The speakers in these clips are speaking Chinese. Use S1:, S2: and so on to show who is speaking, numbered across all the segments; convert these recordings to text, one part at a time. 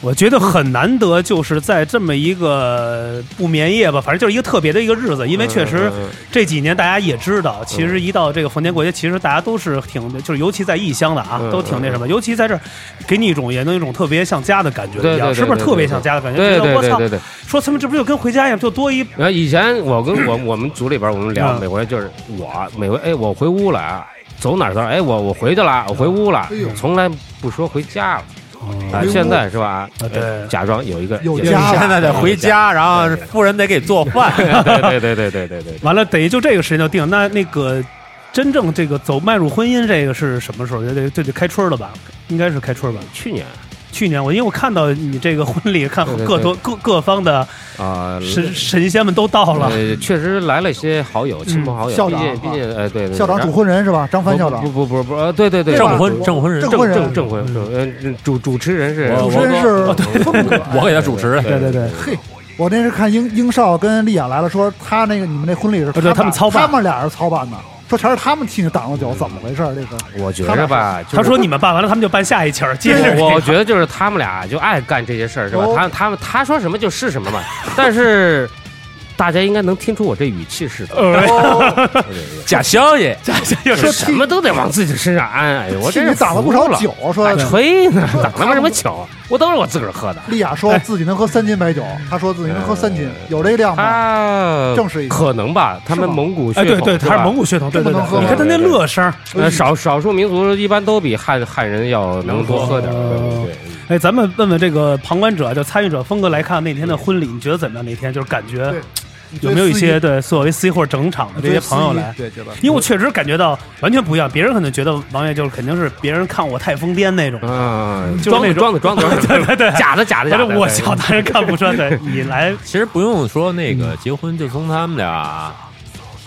S1: 我觉得很难得，就是在这么一个不眠夜吧，反正就是一个特别的一个日子，因为确实
S2: 嗯
S1: 这几年大家也知道，其实一到这个逢年过节，其实大家都是挺，就是尤其在异乡的啊
S2: 嗯，
S1: 都挺那什么，尤其在这儿，给你一种也能一种特别像家的感觉一
S2: 对
S1: 样，
S2: 对对
S1: 是不是
S2: 对
S1: 特别
S2: 对
S1: 像家的感觉？觉
S2: 对
S1: 得
S2: 对
S1: 哎我
S2: 对
S1: 操，
S2: 对对。
S1: 说他们这不就跟回家一样，就多一
S2: 然后以前我跟我我们组里边我们聊，
S1: 嗯
S2: 每回就是我每回哎我回屋了啊，走哪儿都是哎我我回去了，我回屋了
S3: 哎呦，哎
S2: 从来不说回家了啊
S3: 回。屋
S2: 现在是吧？哎
S1: 啊对
S2: 假装有一个
S3: 有
S4: 你
S3: 家了
S4: 哎现在得回。家，然后
S2: 对对
S4: 夫人得给做饭。
S2: 对对对对对对对。
S1: 完了，等于就这个时间就定。那那个真正这个走迈入婚姻这个是什么时候？这得这得开春了吧？应该是开春吧。
S2: 去年
S1: 去年我因为我看到你这个婚礼，看
S2: 对对
S1: 各
S2: 对
S1: 多各各方的
S2: 啊，
S1: 神神仙们都到了，
S2: 呃，确实来了一些好友，亲朋好友。
S3: 嗯校
S2: 毕
S3: 长啊
S2: 竟毕竟呃，对对对
S3: 校长主婚人是吧？张
S2: 不
S3: 帆校长
S2: 不，不不不，呃，对对对，
S3: 对吧
S4: 证婚证婚人
S3: 证
S2: 证
S3: 婚人
S2: 证证婚，
S3: 嗯
S2: 证呃，主主持人是
S4: 我
S3: 主持人是凤哥。
S4: 我给他主持的
S1: 对对对
S3: 嘿，我那是看英英少跟丽雅来了，说他那个你们那婚礼是
S1: 对他们操办
S3: 他们俩是操办的，说全是他们替你挡了酒，怎么回事儿？这个
S2: 我觉着吧，就是
S1: 他说你们办完了，他们就办下一期儿， 接着
S2: 我觉得就是他们俩就爱干这些事儿，是吧
S3: 哦？
S2: 他他们他说什么就是什 么嘛。但是大家应该能听出我这语气是的，
S1: 哦
S4: 假消息，
S3: 说
S2: 什
S3: 替
S2: 么都得往自己身上安。哎呦，我
S3: 替
S2: 真
S3: 你
S2: 是
S3: 挡了不
S2: 服
S3: 少酒，说
S2: 哎吹 呢，
S3: 说
S2: 挡他妈什么酒？啊我都是我自个儿喝的。
S3: 丽雅说自己能喝三斤白酒，她说自己能喝三斤，有这 量吗？
S2: 哎他
S3: 正式一下
S2: 可能吧，他们
S3: 是吗
S2: 蒙古血
S1: 哎，对
S2: 统
S1: 对，
S2: 是
S1: 他是
S2: 吧
S1: 蒙古血统，对对
S3: 这么能喝
S1: 对，
S2: 吗
S1: 你看他那乐声儿，
S2: 呃，少少数民族一般都比汉汉人要能多喝点儿，
S1: 哦
S2: 对对对
S1: 哎，咱们问问这个旁观者，就参与者峰哥来看那天的婚礼，你觉得怎么样？那天就是感觉
S3: 对
S1: 有没有一些对作为 C 或者整场的这些朋友来？
S3: 对，觉得
S1: 因为我确实感觉到完全不一样，别人可能觉得王爷就是肯定是别人看我太疯癫 那种，
S2: 嗯，
S1: 就是
S2: 装
S1: 那
S2: 的
S1: 种
S2: 装的装的，
S1: 对对对
S2: 假的假的
S1: 反
S2: 假的，
S1: 正我
S2: 对
S1: 小当然看不出来，你来
S4: 其实不用说那个结婚，就从他们俩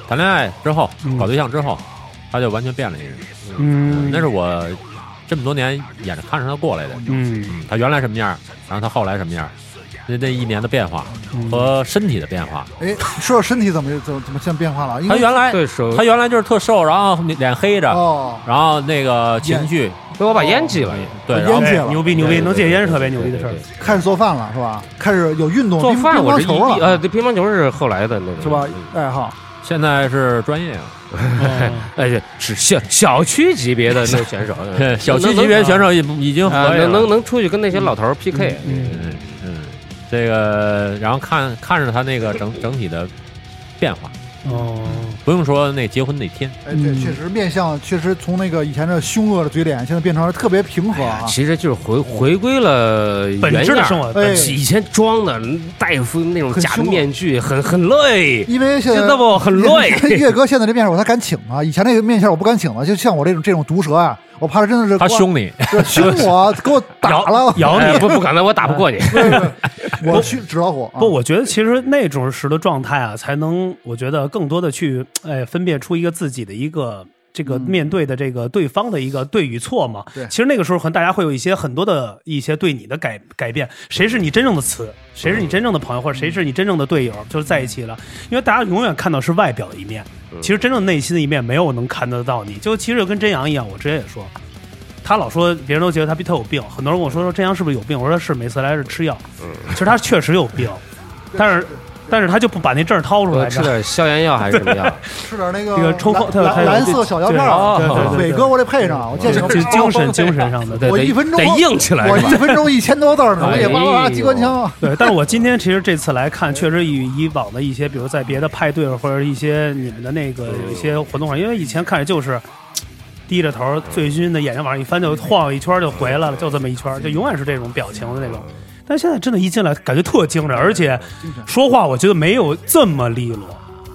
S4: 谈恋爱之后
S1: 嗯，
S4: 搞对象之后，他就完全变了一个人。
S1: 嗯
S4: 那是我这么多年眼着看着他过来的。
S1: 嗯
S4: 他原来什么样，然后他后来什么样，那那一年的变化嗯和身体的变化。
S3: 哎，说说身体怎么怎么怎么现在变化了？因
S4: 他
S3: 为
S4: 原来
S2: 对手
S4: 他原来就是特瘦，然后脸黑着，
S3: 哦，
S4: 然后那个情绪
S2: 被我把烟戒
S1: 哦
S2: 了，
S4: 对，
S3: 烟
S4: 然后
S3: 戒了
S1: 哎牛逼牛逼，能戒烟是特别牛逼的事儿
S2: 对。对对
S3: 开始做饭了是吧？开始有运动，
S2: 做
S3: 乒
S2: 饭
S3: 乒
S2: 我
S3: 乓
S2: 是一
S3: 球了
S2: 呃，对，乒乓球是后来的那种，
S3: 是吧
S2: 嗯？
S3: 爱好
S4: 现在是专业了。，
S1: 嗯
S2: 哎，对是小小区级别的那 种选手
S1: 哎
S4: 对 小区级别选手已已经
S2: 能
S4: 可
S2: 能
S4: 以了
S2: 能能能出去跟那些老头儿 PK，
S4: 嗯嗯，这个然后看看着他那个整整体的变化，
S1: 哦，
S4: 不用说那结婚那天，
S3: 哎，对，
S1: 嗯
S3: 确实面相确实从那个以前的凶恶的嘴脸，现在变成了特别平和
S1: 哎
S3: 啊。
S2: 嗯其实就是回回归了
S1: 本
S2: 原
S1: 质的
S2: 样
S1: 生活，
S3: 哎
S2: 以前装的戴副那种
S3: 很
S2: 假
S3: 凶啊
S2: 面具，很很累，
S3: 因为现在
S2: 知道 不？很 累。
S3: 岳哥现在这面相我才敢请啊，以前那个面相我不敢请了。就像我这种这种毒蛇啊，我怕他真的是
S4: 他凶你，
S3: 对 凶我，给我打 了。
S1: 咬你
S2: 哎不不可能，我打不 过你。
S3: 我去纸老虎啊，
S1: 不，我觉得其实那种时的状态啊，才能我觉得更多的去哎分辨出一个自己的一个这个面对的这个对方的一个对与错嘛。
S3: 嗯对
S1: 其实那个时候可能大家会有一些很多的一些对你的改改变，谁是你真正的词，谁是你真正的朋友，
S3: 嗯
S1: 或者谁是你真正的队友，就是在一起了。因为大家永远看到是外表的一面，其实真正内心的一面没有能看得到你。就其实就跟真阳一样，我之前也说。他老说别人都觉得他比他有病，很多人跟我说说真阳是不是有病？我说是，每次来是吃药。其实他确实有病，但是但是他就不把那证儿掏出
S2: 我
S1: 来，
S2: 吃
S1: 你知道吗
S2: 点消炎药还是什么药？
S3: 吃点那个
S1: 这个抽风，他有他
S3: 蓝
S1: 有
S3: 蓝色小药片啊，
S1: 对对对对
S3: 伟哥我得配上，我见
S1: 对
S3: 你
S1: 这这精神精神上的对。
S2: 对
S3: 我
S2: 得
S3: 一分钟
S2: 得硬起来
S3: 我
S2: 是吧
S3: 一分钟一千多字呢，我也哇哇
S2: 哎
S3: 哇
S2: 呦
S3: 机关枪啊，
S1: 对，但是我今天其实这次来看，确实与以往的一些，比如在别的派对或者一些你们的那个有一些活动上，因为以前看着就是低着头醉醺的眼睛往上一翻就晃悠一圈就回来了，就这么一圈，就永远是这种表情的那种。但现在真的，一进来感觉特精神，而且说话我觉得没有这么利落，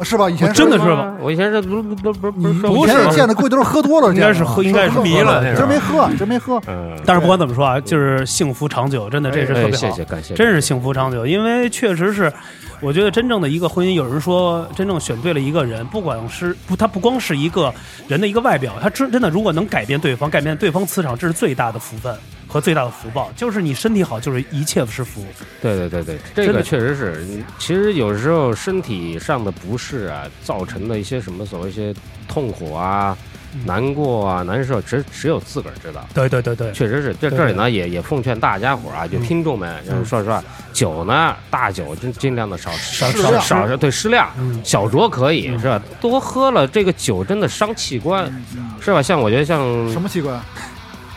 S3: 是吧？以前
S1: 我真的是吧
S2: 吗？我以前是不不不不
S3: 你
S2: 不
S3: 以
S1: 是
S3: 前见的估计都是喝多了见的，
S1: 应
S3: 啊
S1: 该是喝应该是
S3: 说
S1: 迷了
S4: 那是
S3: 真没喝，真没喝。
S4: 嗯
S1: 但是不管怎么说啊，就是幸福长久，真的这是特别
S2: 哎，
S1: 好。
S2: 谢谢感谢，
S1: 真是幸福长久，因为确实是，我觉得真正的一个婚姻，有人说真正选对了一个人，不管是不，他不光是一个人的一个外表，他真真的如果能改变对方，改变对方磁场，这是最大的福分和最大的福报，就是你身体好，就是一切是福。
S2: 对对对对，
S1: 真
S2: 这
S1: 的
S2: 个确实是。其实有时候身体上的不适啊，造成的一些什么所谓一些痛苦啊，
S1: 嗯
S2: 难过啊、难受，只只有自个儿知道。
S1: 对对对对，
S2: 确实是，这
S1: 对
S2: 这里呢也也奉劝大家伙儿啊，就听众们，就是说实话，酒呢大酒尽尽量的少少
S3: 适量
S2: 少少对适量，
S1: 嗯
S2: 小酌可以是吧？多喝了这个酒真的伤器官，是吧？像我觉得像
S3: 什么器官？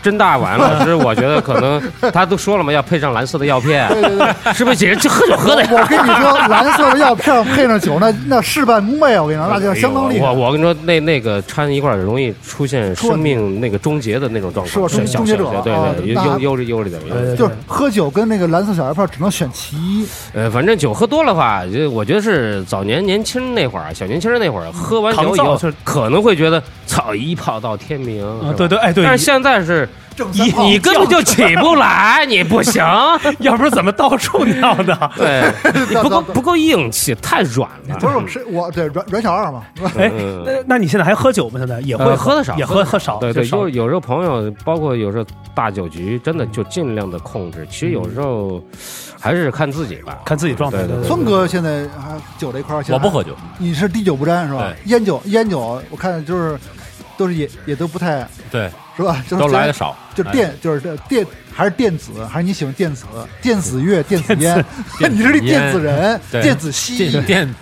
S2: 甄大碗老师，我觉得可能他都说了嘛，要配上蓝色的药片，
S3: 对对对，
S2: 是不是？姐这喝酒喝的
S3: 我跟你说，蓝色的药片配上酒，那那事半功倍啊！我跟你说，那就相当厉
S2: 我
S3: 害。
S2: 我跟你说，那那个掺一块儿容易出现
S3: 出问
S2: 生
S3: 题
S2: 命那个终结的那种状
S3: 是吧
S2: 况，
S3: 终
S2: 小
S3: 终结
S2: 小
S3: 者
S2: 小对
S3: 啊
S2: 对，
S3: 那呃
S2: 忧忧虑忧虑点。忧虑
S1: 对对
S3: 就是喝酒跟那个蓝色小药片只能选其一，
S2: 呃，反正酒喝多了吧，就我觉得是早年年轻那会儿啊，小年轻那会儿喝完酒以
S1: 抗造
S2: 后
S1: 就是，
S2: 可能会觉得操一炮到天明，
S1: 啊
S2: 是吧
S1: 对对，哎对，
S2: 但是现在是
S3: 正
S2: 你你根本就起不来，你不 行，
S1: 要不然怎么到处尿 呢？
S2: 对，你不够
S3: 那那
S2: 不够硬气，太软了。
S3: 不是我是我对软软小二嘛，是吧
S1: 哎
S2: 嗯，
S1: 那那你现在还喝酒吗？现在也会
S2: 呃喝得少
S1: 也喝喝少，
S2: 对对，
S1: 就少
S2: 有有时候朋友，包括有时候大酒局，真的就尽量的控制。其实有时候还是看自己吧。
S1: 嗯看自己状态。
S2: 对对对
S1: 对，
S3: 孙哥现在还酒这一块儿，
S4: 我不，喝酒，
S3: 你是滴酒不沾是吧？烟酒烟酒，我看就是都是也也都不太
S4: 对，
S3: 是吧？就是
S4: 都来哎的少，
S3: 就是电就是这电还是电子，还是你喜欢电子电子乐电子烟？ 你是电子人
S4: 对
S3: 电子
S4: 哎
S3: 吸
S4: 电。电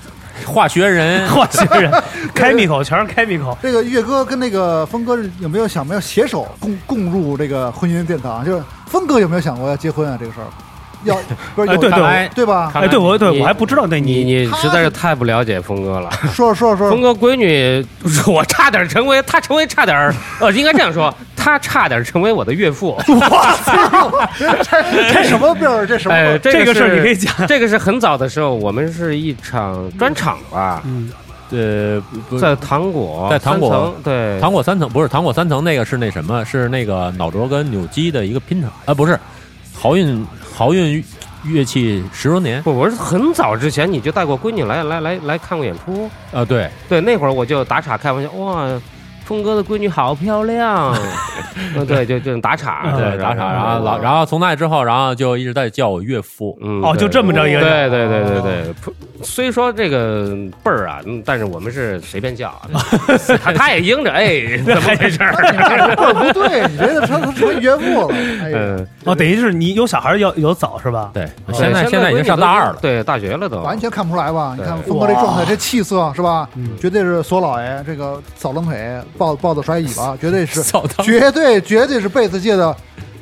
S4: 化学人
S1: 化学人，chemical 全是 chemical，
S3: 这个岳哥跟那个峰哥有没有想没有携手共共入这个婚姻殿堂？就是峰哥有没有想过要结婚啊？这个事儿，要不 是
S1: 哎
S3: 有
S1: 对
S4: 看来
S3: 对吧？
S4: 看
S1: 哎，
S4: 来
S1: 对我对
S2: 你
S1: 我还不知道，对
S2: 你
S1: 你
S2: 你
S3: 他
S2: 实在是太不了解 峰哥了。
S3: 说说说
S2: 峰
S3: 说，
S2: 哥闺女，我差点成为他成为差点儿，呃，应该这样说，他差点成为我的 岳父。
S3: 这什么病儿？这什么病
S2: 哎，
S3: 儿？
S2: 这
S1: 个
S2: 个
S1: 事儿
S2: 是
S1: 你 可以讲，
S2: 这个是很早的时候，我们是一场专场吧，
S1: 嗯，
S4: 呃，不
S2: 在糖果，
S4: 在糖果
S2: 三层，对，
S4: 糖果三层不是糖果三层那个是那什么？是那个脑轴跟扭机的一个拼场啊，不是豪运豪运乐器十周年
S2: 不，我是很早之前你就带过闺女来来来来看过演出，
S4: 啊，对，
S2: 对，那会儿我就打岔开玩笑，哇，峰哥的闺女好漂亮，嗯，对，就就打岔，
S1: 嗯
S4: 对，打赏，然后老，然后从那之后，然后就一直在叫我岳父，
S2: 嗯，
S1: 哦，
S2: 对
S1: 就这么着一个人，
S2: 对对对对对，不虽说这个辈儿啊，嗯但是我们是随便叫，啊他他也应着，哎，怎么回事儿？
S3: 这不对，你这个成成岳父了。哎呀，
S2: 嗯，
S1: 哦，等于是你有小孩要有早是吧？
S4: 对，
S2: 对
S4: 哦现在现在已经上大二了，
S2: 对，大学
S1: 哎
S2: 了都。
S3: 完全看不出来吧？你看
S2: 对
S3: 峰哥这状态，这气色是吧？
S1: 嗯，
S3: 绝对是索老爷这个扫冷腿、抱抱子甩尾 巴，绝对 是，
S4: 操他，
S3: 绝对绝对是贝斯界的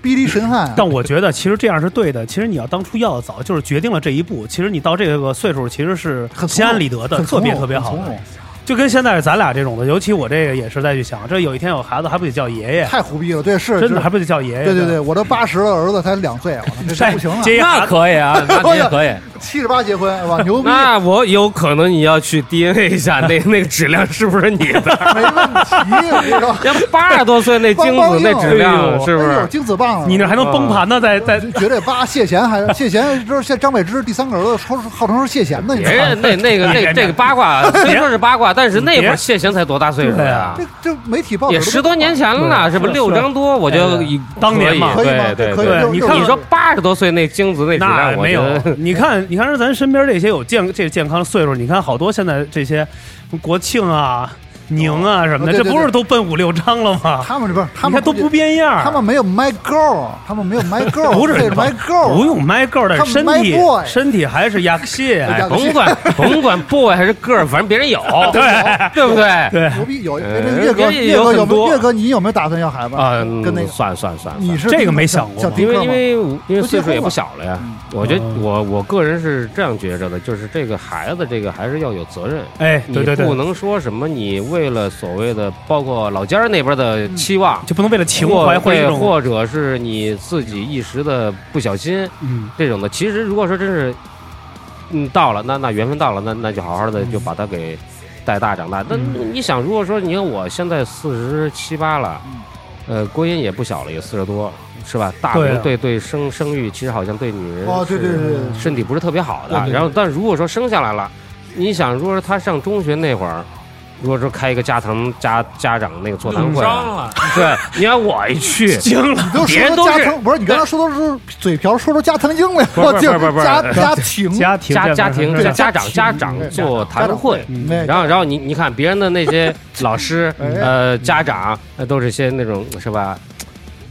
S3: 逼离神汉。啊
S1: 但我觉得其实这样是对的。其实你要当初要的早，就是决定了这一步。其实你到这个岁数，其实是
S3: 很从容
S1: 心安理得的，
S3: 很
S1: 特
S3: 从容
S1: 别特别好
S3: 很
S1: 的
S3: 从容
S1: 就跟现在咱俩这种的，尤其我这个也是在去想，这有一天有孩子还不得叫爷爷？
S3: 太胡逼了，对，是
S1: 真
S3: 就
S1: 的
S3: 是
S1: 还不得叫爷爷？
S3: 对对对，我都八十了，儿子才两岁，我 操这
S1: 哎，
S3: 这不行了，
S1: 接一
S4: 那
S1: 孩子
S4: 可 以啊，那你也可以，
S3: 七十八结婚是吧？牛逼，
S2: 那我有可能你要去 DNA 一下，那那个质量是不是你 的？
S3: 没问题，我跟你 说，
S2: 要八十多岁那精子那质量是不
S3: 哎呦
S2: 是？
S3: 精子棒了，
S1: 你那还能崩盘呢？在在
S3: 绝对八。谢贤还谢贤，就是现在张柏芝第三个儿子，说是号称是谢贤的，你
S2: 别
S3: 知道
S2: 人
S3: 吗？
S2: 那那个那这个八卦，虽说是八卦，但是那会儿谢贤才多大岁数
S1: 对
S2: 呀
S1: 啊？
S3: 这这媒体报道
S2: 也十多年前了，是不？
S1: 是啊
S2: 六张多，我就
S1: 对
S2: 一
S1: 当年嘛
S2: 可以
S3: 可以吗
S2: 对对
S3: 可以
S1: 对
S3: 六
S1: 你
S3: 六
S1: 看
S2: 你
S3: 十
S2: 说八十多岁那精子那质
S1: 那
S2: 量，我
S1: 没
S2: 觉
S1: 有
S2: 得，
S1: 你看，你看咱身边这些有健这健康岁数，你看好多现在这些国庆啊、宁啊什么的，
S3: 哦对对对
S1: 这不是都奔五六张了吗？
S3: 他们这边，他
S1: 你
S3: 们
S1: 看都
S3: 估计
S1: 不变样儿，
S3: 他们没有 my girl，他们没有 my girl，
S1: 不是
S3: 对 my
S1: 不
S3: girl，
S1: 用 my girl，但
S3: 他
S1: 是身
S3: 们 my
S1: 体
S3: boy
S1: 身体还是 亚克西，
S3: 哎呀
S2: 甭管甭管 boy 还是 girl，反正别人有，对对不对？
S1: 对，
S3: 牛逼有。
S2: 呃
S3: 哎这岳哥，
S2: 人家也
S3: 岳
S2: 有
S3: 哥有
S2: 很
S3: 没有
S2: 多
S3: 岳哥，你有没有打算要孩子
S2: 啊，
S3: 跟那个
S2: 算算算，
S3: 你是
S1: 这个没想过
S3: 小
S1: 吗
S2: 因为因
S3: 吗？
S2: 为我因为
S3: 都
S2: 岁
S3: 结
S2: 数
S3: 婚
S2: 也不
S3: 了
S2: 小了呀
S3: 嗯，
S2: 我觉得
S1: 嗯
S2: 我我个人是这样觉着的，就是这个孩子这个还是要有责任，
S1: 哎，
S2: 你
S1: 对对对
S2: 不，能说什么你为了所谓的包括老家那边的期望。
S1: 就不能为了嗯情怀
S2: 或
S1: 或者一
S2: 对
S1: 种，
S2: 或者是你自己一时的不小心
S1: 嗯，
S2: 这种的，其实如果说真是，嗯，到了那那缘分到了，那那就好好的就把他给带大长大。那
S1: 嗯
S2: 那你想，如果说你看我现在四十七八了，呃，婚姻也不小了，也四十多，是吧？大
S1: 对啊
S2: 龄对对生生育，其实好像对女人
S3: 哦，对对对对，
S2: 身体不是特别好的
S4: 对对。对
S2: 然后，但如果说生下来了，你想，如果说他上中学那会儿，如果说开一个家堂家家长那个座谈
S5: 弄
S2: 会啊，
S5: 伤了，
S2: 对，你让我 一去，
S1: 惊了，
S3: 都
S2: 别
S3: 说
S2: 人
S3: 出
S2: 都
S3: 加
S2: 是
S3: 藤，不是你刚才说的是嘴瓢，说出加藤鹰来，
S2: 不是
S3: 我
S2: 不是
S3: 就
S2: 不是不是
S3: 家家庭
S1: 家庭
S2: 嗯家 家庭
S3: 对
S2: 家
S1: 家
S2: 家
S3: 家
S2: 长
S3: 庭
S2: 家长
S3: 对
S2: 座
S3: 家
S2: 谈
S3: 长
S2: 会。
S1: 嗯
S3: 那
S2: 然后，然后你你看别人的那些 老师，
S3: 哎
S2: 呃，家长，那都是些那种是吧？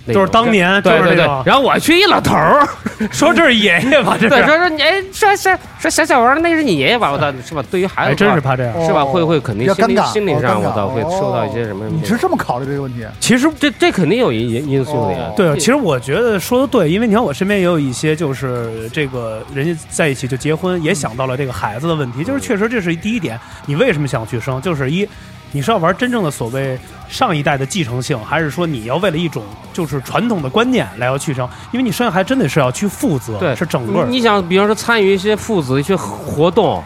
S2: 那
S1: 都是
S2: 种
S1: 当年就
S2: 对
S1: 是
S2: 对
S1: 那
S2: 对。
S1: 种
S2: 然后我去一老头儿，
S1: 说这是爷爷吧，这
S2: 对，
S1: 是啊
S2: 说说你，哎，说说说小小王，那是你爷爷吧？我操，是吧？对于孩
S1: 还
S2: 子，
S1: 哎真是怕这样。
S2: 是吧？
S3: 哦
S2: 会会肯定
S3: 比较
S2: 心理
S3: 尴尬
S2: 心理
S3: 哦
S2: 上，
S3: 尴
S2: 我
S3: 尬
S2: 操，会受到一些
S3: 哦
S2: 什么？
S3: 你是这么考虑这个问题？
S1: 其实
S2: 这这肯定有因因素的呀
S3: 哦。
S1: 对，
S2: 这
S1: 其实我觉得说的对，因为你看我身边也有一些就是这个人家在一起就结婚，
S2: 嗯
S1: 也想到了这个孩子的问题，就是确实这是第一点，你为什么想去生？就是一，你是要玩真正的所谓上一代的继承性，还是说你要为了一种就是传统的观念来要去生？因为你生下孩真的是要去负责，
S2: 对
S1: 是整
S2: 你
S1: 个儿。
S2: 你想，比方说参与一些父子一些活动，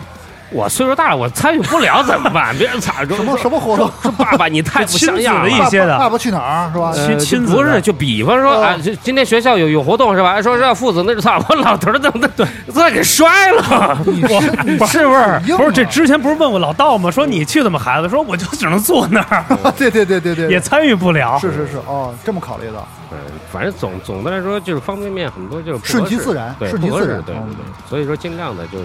S2: 我岁数大了，我参与不了怎么办？别人咋说
S3: 什么
S2: 说
S3: 什么活动？
S2: 说爸爸 你太不
S1: 亲
S2: 像
S1: 子
S2: 样
S1: 的
S2: 了
S1: 一。些
S3: 爸
S1: 的，
S3: 爸去哪儿是吧？
S1: 呃
S2: 呃
S1: 亲亲
S2: 就
S1: 子
S2: 不是，
S1: 的
S2: 就比方说
S3: 哦
S2: 啊，就今天学校有有活动是吧？哎说这父子那就操，我老头儿怎么 的，怎么给摔 了，
S3: 你是你
S2: 是不是？
S3: 硬
S1: 不是这
S3: 啊
S1: 之前不是问过老道吗？说你去怎么孩子？说我就只能坐那儿，
S3: 对对对对对，
S1: 也参与不了。
S3: 是是是哦，这么考虑的，
S2: 嗯，反正总总的来说就是方便面很多就是不合
S3: 顺其
S2: 适
S3: 自然
S2: 对，
S3: 顺
S2: 不
S3: 其
S2: 合
S3: 自
S2: 适
S3: 然
S2: 对对
S3: 嗯
S2: 对。所以说尽量的就是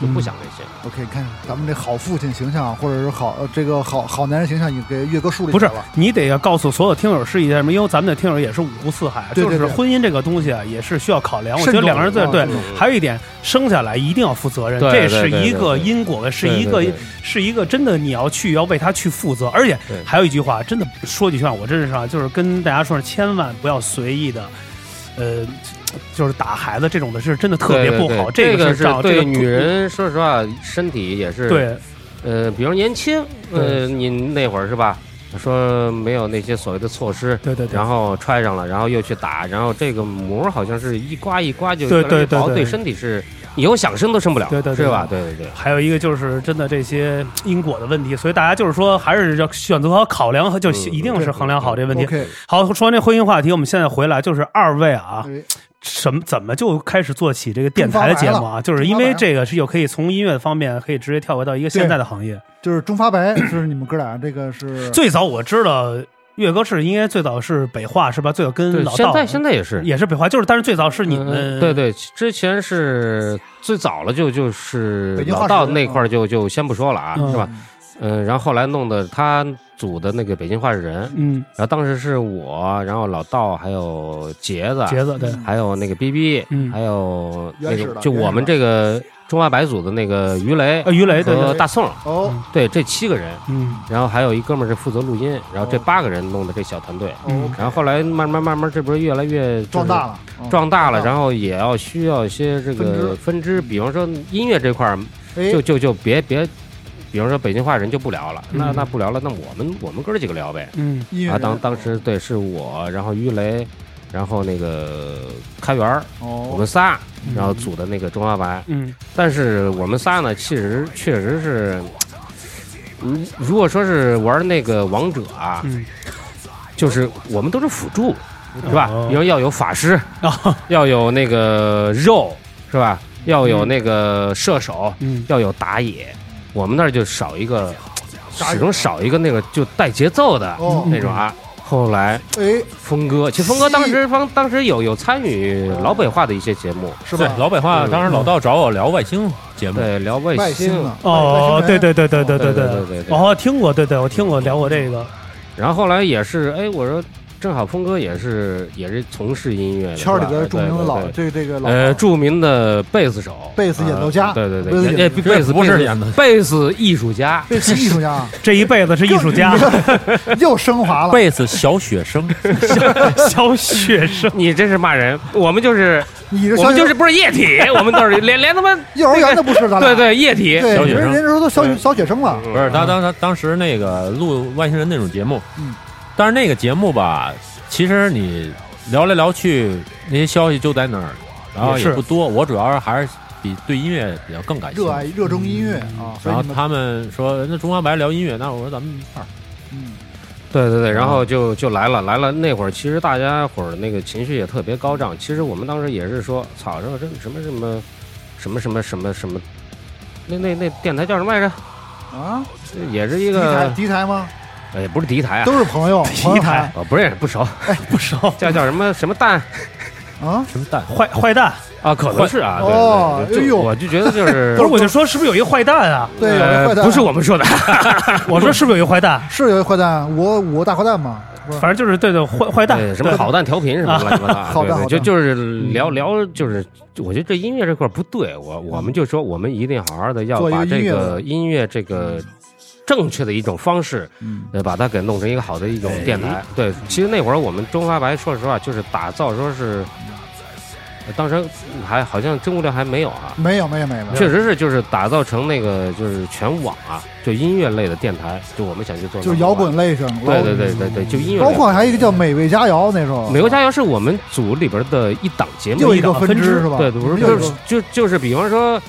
S2: 就不想这些。
S3: OK，你看咱们这好父亲形象，或者是好呃这个好好男人形象，已经给岳哥树立
S1: 不
S3: 起
S1: 是
S3: 来了。，
S1: 你得要告诉所有听友是一件什么，因为咱们的听友也是五湖四海，
S3: 对对
S1: 就是
S3: 对
S1: 婚姻这个东西啊，也是需要考量。我觉得
S3: 慎重
S1: 两个人最
S3: 啊
S1: 对
S3: 慎
S2: 重，
S1: 还有一点，生下来一定要负责任，
S2: 对
S1: 这
S2: 对
S1: 是
S2: 对
S1: 一
S2: 对
S1: 个
S2: 对
S1: 因果的，是
S2: 对
S1: 一
S2: 对
S1: 个
S2: 对
S1: 是一个真的你要去要为他去负责。而且
S2: 对
S1: 还有一句话，真的说几句话，我真是啊，就是跟大家说，千万不要随意的，呃，就是打孩子这种的是真的特别
S2: 对
S1: 不
S2: 对
S1: 好，
S2: 对这
S1: 个
S2: 个
S1: 是让这
S2: 对
S1: 个
S2: 女人，说实话，身体也是
S1: 对
S2: 呃，比如年轻，
S1: 对
S2: 呃，你那会儿是吧？说没有那些所谓的措施，
S1: 对对对
S2: 然后揣上了，然后又去打，然后这个膜好像是一刮一刮就
S1: 对
S2: 越来越
S1: 对对
S2: 薄
S1: 对
S2: 对身体是以后想生都生不了，
S1: 对对对
S2: 是吧？对对对。
S1: 还有一个就是真的这些因果的问题，所以大家就是说还是要选择和考量，和就
S2: 嗯
S1: 一定是衡量好这个问题。
S3: OK，
S1: 好，说完这婚姻话题，我们现在回来就是二位啊，
S3: 哎
S1: 什么怎么就开始做起这个电台的节目啊？就是因为这个是有可以从音乐方面可以直接跳回到一个现在的行业。
S3: 就是中发白，就是你们哥俩这个是
S1: 最早我知道岳哥是应该最早是北化是吧？最早跟
S2: 对，
S1: 嗯老
S2: 现
S1: 道
S2: 在现在也是，
S1: 也是北化，就是但是最早是你们
S2: 嗯对对，之前是最早了就就是
S3: 北京
S2: 老
S3: 化
S2: 道
S3: 石
S2: 那块儿
S3: 嗯
S2: 就就先不说了啊，
S1: 嗯
S2: 是吧？嗯，然后后来弄的他组的那个北京话事人，
S1: 嗯
S2: 然后当时是我，然后老道还有杰子，
S1: 杰子对
S2: 还有那个 BB，、
S1: 嗯
S2: 还有那
S3: 原始
S2: 个
S3: 的
S2: 就我们这个中华白组的那个于雷
S1: 呃于雷对
S2: 和
S1: 对
S2: 大宋，
S3: 哦
S2: 对这七个人，
S1: 嗯
S2: 然后还有一哥们儿是负责录音，然后这八个人弄的这小团队，
S1: 嗯
S2: 然后后来慢慢慢慢这不是越来越就是
S3: 壮大了，嗯
S2: 壮大了，
S3: 壮大了
S2: 然后也要需要一些这个分支，比方说音乐这块儿，
S3: 哎
S2: 就就就别别，比方说北京话人就不聊了，那
S1: 嗯
S2: 那不聊了，那我们我们哥儿几个聊呗，
S1: 嗯
S3: 音乐
S2: 啊，
S3: 人
S2: 当当时对是我，然后于雷，然后那个开元儿，我
S3: 哦
S2: 们仨，
S1: 嗯
S2: 然后组的那个中华白。
S1: 嗯
S2: 但是我们仨呢，其实确实是，嗯，如果说是玩那个王者啊，
S1: 嗯
S2: 就是我们都是辅助，是吧
S1: 哦？
S2: 比如要有法师，
S1: 啊
S2: 要有那个肉，是吧？要有
S1: 嗯
S2: 那个射手，
S1: 嗯
S2: 要有打野，我们那儿就少一个，
S3: 打野
S2: 始终少一个那个就带节奏的
S3: 哦
S2: 那种啊。后来
S3: 哎
S2: 峰哥，其实峰哥当时方当时有有参与老北话的一些节目，
S3: 是吧？
S4: 老北话当时老道找我聊外星节目，
S2: 对，聊外
S3: 外
S2: 星啊
S3: 星。呢？
S1: 哦对对对对对
S2: 对
S1: 对
S2: 对对对
S1: 我好像听过，对对，我听过聊过这个，
S2: 然后后来也是，哎，我说正好峰哥也是也是从事音乐的
S3: 圈里
S2: 是吧
S3: 边著名的老
S2: 对对
S3: 这这
S2: 对
S3: 个老
S2: 呃著名的贝斯手、
S3: 贝斯演奏家
S2: 啊对对
S3: 贝斯
S2: 对，
S3: 演
S2: 也
S3: 奏家
S2: 贝斯
S4: 不是
S2: 贝斯
S4: 演的
S2: 贝斯艺术家，
S3: 贝斯艺术家
S1: 这一辈子是艺术家，
S3: 又升华了，
S4: 贝斯小 雪生，
S1: 小学生。
S2: 你这是骂人，我们就是
S3: 你这
S2: 我
S3: 小
S2: 们就是不是液 体，我们都是连连他妈
S3: 幼儿园都不是，咱俩
S2: 对对液体，
S3: 对，
S4: 小
S3: 你
S4: 学
S3: 这
S4: 生
S3: 人家说都小
S2: 对嗯
S3: 小学生了，
S4: 不是他当他当时那个录外星人那种节目，
S3: 嗯，
S4: 但是那个节目吧，其实你聊来聊去，那些消息就在那儿，然后
S1: 也
S4: 也
S1: 是
S4: 不多。我主要是还是比对音乐比较更感兴
S3: 热爱
S4: 趣。
S3: 热衷音乐
S2: 嗯
S3: 啊，所
S4: 然
S3: 以
S4: 后
S3: 你们
S4: 他们说，那中华白聊音乐，那我说咱们一块儿。
S3: 嗯
S2: 对对对，然后就就来了来了。那会儿其实大家伙儿那个情绪也特别高涨，其实我们当时也是说，操，说这什么什么什么什么什么什么，那那那电台叫什么来着？
S3: 啊，
S2: 这也是一
S3: 敌台
S2: 个，
S3: 敌台吗？
S2: 也不是敌台啊，
S3: 都是朋友，朋友
S1: 台
S2: 我不认识，不熟，
S1: 不熟，
S2: 叫叫什么什么蛋
S3: 啊，
S4: 什么蛋？
S1: 坏坏蛋，
S2: 啊，可能是啊，对
S3: 哦
S2: 对对
S3: 哎
S2: 就
S3: 呦
S2: 我就觉得就是
S1: 不是，我就说是不是有一个坏蛋 啊？
S3: 对，有一坏
S2: 呃，
S3: 蛋，
S2: 不是我们 说的，
S1: 我说是不是有一个坏蛋？
S3: 是有一坏蛋，我我大坏蛋嘛，不是
S1: 反正就是对对坏坏蛋，
S2: 对什么
S1: 对
S2: 好蛋调频什 么乱七八糟啊，
S3: 好
S2: 对
S3: 蛋
S2: 对
S3: 好
S2: 就
S3: 蛋
S2: 就是聊聊，就是我觉得这音乐这块儿不对，我我们就说我们一定好好的要
S3: 嗯做一个
S2: 把这
S3: 音乐
S2: 个
S3: 的
S2: 音乐这个正确的一种方式，
S3: 嗯
S2: 呃，把它给弄成一个好的一种
S3: 哎
S2: 电台。对，其实那会儿我们中发白，说实话就是打造，说是呃当时还好像真物料还没有啊，
S3: 没有没有没有没有，
S2: 确实是就是打造成那个就是全网啊，就音乐类的电台，就我们想去做，
S3: 就是摇滚。类上，
S2: 对对对对对，就音乐类
S3: 包
S2: 的。
S3: 括还有一个叫美味佳肴，那时候
S2: 美国佳肴是我们组里边的一档节目，
S3: 又一
S2: 档
S3: 个分支是吧？
S2: 对，不是
S3: 又
S2: 就
S3: 一
S2: 是
S3: 个
S2: 就就是比方说，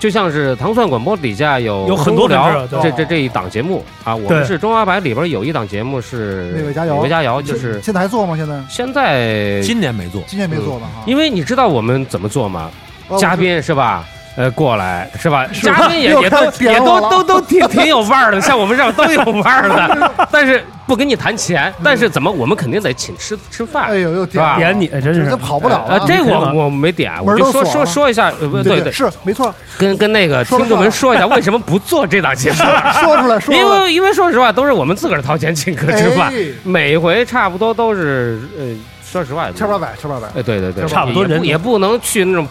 S2: 就像是糖蒜广播底下有
S1: 有很多
S2: 中聊
S1: 分支
S2: 这
S3: 对
S2: 这这一档节目啊，我
S1: 对
S2: 们是中华白里边有一档节目是
S3: 美味佳肴
S2: 美味佳肴就是
S3: 现在还做吗？现在
S2: 现在，
S4: 今年没做，
S3: 今年没做吧？哈，
S2: 因为你知道我们怎么做吗？
S3: 哦
S2: 嘉宾是吧？呃，过来是吧？
S3: 吧
S2: 嘉 宾也
S3: 又
S2: 也
S3: 开
S2: 都
S3: 始贬
S2: 也
S3: 我
S2: 都
S3: 了
S2: 都都挺挺有腕儿的，像我们这样都有腕儿的， 但是不跟你谈钱，但是怎么我们肯定得请吃吃饭，
S3: 哎呦，又
S2: 是吧
S1: 点你，哎真是
S3: 这跑不了
S2: 啊
S3: 了，，
S2: 这
S1: 你看
S2: 我我没点，
S3: 门
S2: 我
S3: 儿
S2: 就
S3: 都
S2: 说
S3: 锁
S2: 说
S3: 了
S2: 说一下，呃不对对，
S3: 是没错，
S2: 跟跟那个
S3: 说
S2: 听
S3: 了
S2: 众们说一下，为什么不做这档节目？
S3: 说出来说
S2: 因
S3: 出来，
S2: 为因为说实话，都是我们自个儿掏钱请客吃饭，
S3: 哎
S2: 每回差不多都是呃，说实话，
S3: 千八百，千八百，
S2: 哎，对对对，
S1: 差不多
S2: 也
S1: 人
S2: 也不能去那种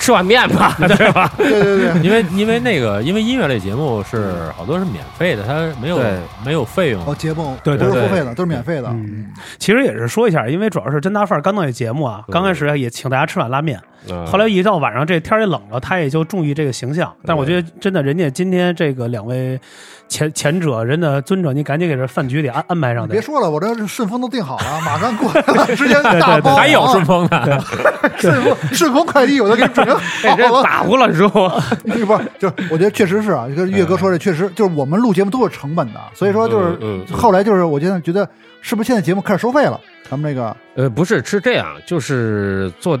S2: 吃碗面 吧，对吧？
S3: 对对对，
S4: 因为因为那个因为音乐类节目是好多是免费的，它没有
S2: 对
S4: 没有费用
S3: 哦，，节目
S1: 对对
S3: 不是
S2: 对
S3: 付费的，都是免费的，
S1: 嗯其实也是说一下，因为主要是真大范儿刚到这节目
S2: 嗯
S1: 啊，刚开始也请大家吃碗拉面，
S4: 嗯
S1: 后来一到晚上这天儿也冷了，他也就注意这个形象。
S2: 嗯
S1: 但我觉得真的，人家今天这个两位前前者，人的尊者，你赶紧给这饭局里安安排上
S3: 你别
S1: 得。
S3: 说了，我这顺丰都订好了，马上过来了，直接
S1: 对
S3: 大
S1: 对
S3: 包。啊
S4: 还有顺丰的，
S3: 顺丰顺丰快递，我都给你准备
S2: 哎，这
S3: 好了。
S2: 打呼了说，
S3: 不是，就是我觉得确实是啊，就是岳哥说这确实就是我们录节目都有成本的，所以说就
S2: 嗯嗯
S3: 是后来就是我现在觉得是不是现在节目开始收费了？咱们这个
S2: 呃，不是是这样，就是做。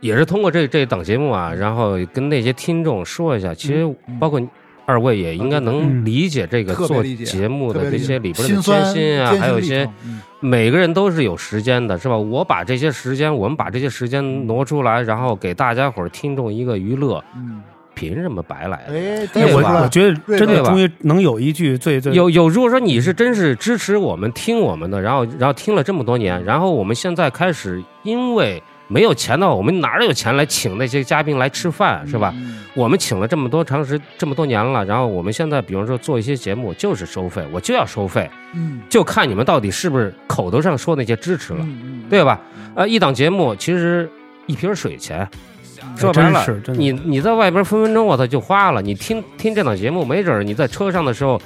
S2: 也是通过这这档节目啊，然后跟那些听众说一下，其实包括二位也应该能
S1: 嗯
S2: 理解这个
S3: 嗯特别
S2: 做
S3: 理解
S2: 节目
S3: 特
S2: 的这
S3: 别理
S2: 些
S3: 解
S2: 里边的
S3: 心
S2: 艰
S3: 酸
S2: 辛啊，还有一
S3: 历
S2: 些
S3: 程嗯
S2: 每个人都是有时间的，是吧？我把这些时间，我们把这些时间挪出来，然后给大家伙儿听众一个娱乐，
S3: 嗯，
S2: 凭什么白来的？
S3: 哎，
S1: 哎
S2: 对
S1: 我
S2: 吧
S1: 我觉得真
S2: 对
S1: 的
S2: 吧
S1: 终于能有一句最最
S2: 有有，如果说你是真是支持我们、听我们的，然后然后听了这么多年，然后我们现在开始，因为没有钱的话，我们哪儿有钱来请那些嘉宾来吃饭，
S3: 嗯
S2: 是吧？？我们请了这么多长时这么多年了，然后我们现在比方说做一些节目就是收费，我就要收费，
S3: 嗯，
S2: 就看你们到底是不是口头上说那些支持了，
S3: 嗯，嗯，
S2: 对吧？呃，一档节目其实一瓶水钱，说白
S1: 哎真
S2: 了
S1: 是，真的
S2: 你你在外边分分钟我操就花了。你听听这档节目，没准儿你在车上的时候，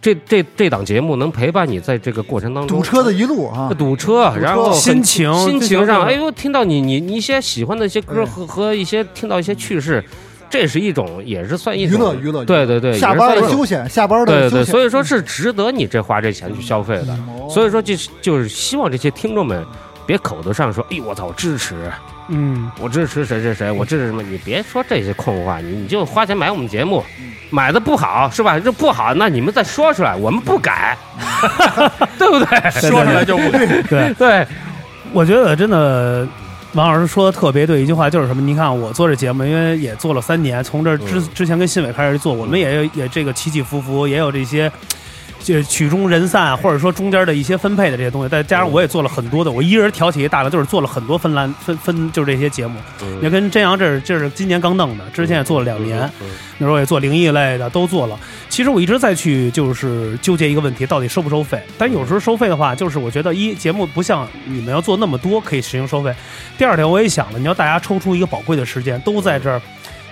S2: 这这这档节目能陪伴你在这个过程当中
S3: 堵车的一路啊，
S2: 堵车，
S3: 车
S2: 然后很
S1: 心情
S2: 心情上，哎
S1: 这就
S2: 呦，听到你你你一些喜欢的一些歌
S3: 哎
S2: 和和一些听到一些趣事，这是一种也是算一
S3: 娱
S2: 种
S3: 乐娱乐，
S2: 对对对，
S3: 下
S2: 也是
S3: 班
S2: 算一
S3: 的
S2: 种
S3: 休闲，下班
S2: 对
S3: 的
S2: 对
S3: 休
S2: 对，
S3: 闲，嗯
S2: 所以说是值得你这花这钱去消费的。所以说就是就是希望这些听众们别口头上说，哎呦我操，我支持。
S1: 嗯，
S2: 我支持谁谁谁，我支持什么？你别说这些空话，你你就花钱买我们节目，买的不好是吧？这不好，那你们再说出来，我们不改，对不对？
S4: 说出来就不
S1: 对，
S2: 对，
S1: 我觉得真的。王老师说的特别对，一句话就是什么？你看我做这节目，因为也做了三年，从这
S2: 嗯
S1: 之之前跟新伟开始做，我们也有也这个起起伏伏，也有这些这曲终人散，或者说中间的一些分配的这些东西。再加
S2: 嗯
S1: 上我也做了很多的，我一人挑起一大梁，就是做了很多芬兰分分就是这些节目。
S2: 嗯
S1: 你看跟真阳这是这是今年刚弄的，之前也做了两年，
S2: 嗯
S1: 那时候也做灵异类的，都做了。其实我一直在去就是纠结一个问题，到底收不收费？但有时候收费的话，就是我觉得一节目不像你们要做那么多可以实行收费。第二点，我也想了，你要大家抽出一个宝贵的时间，都在这儿，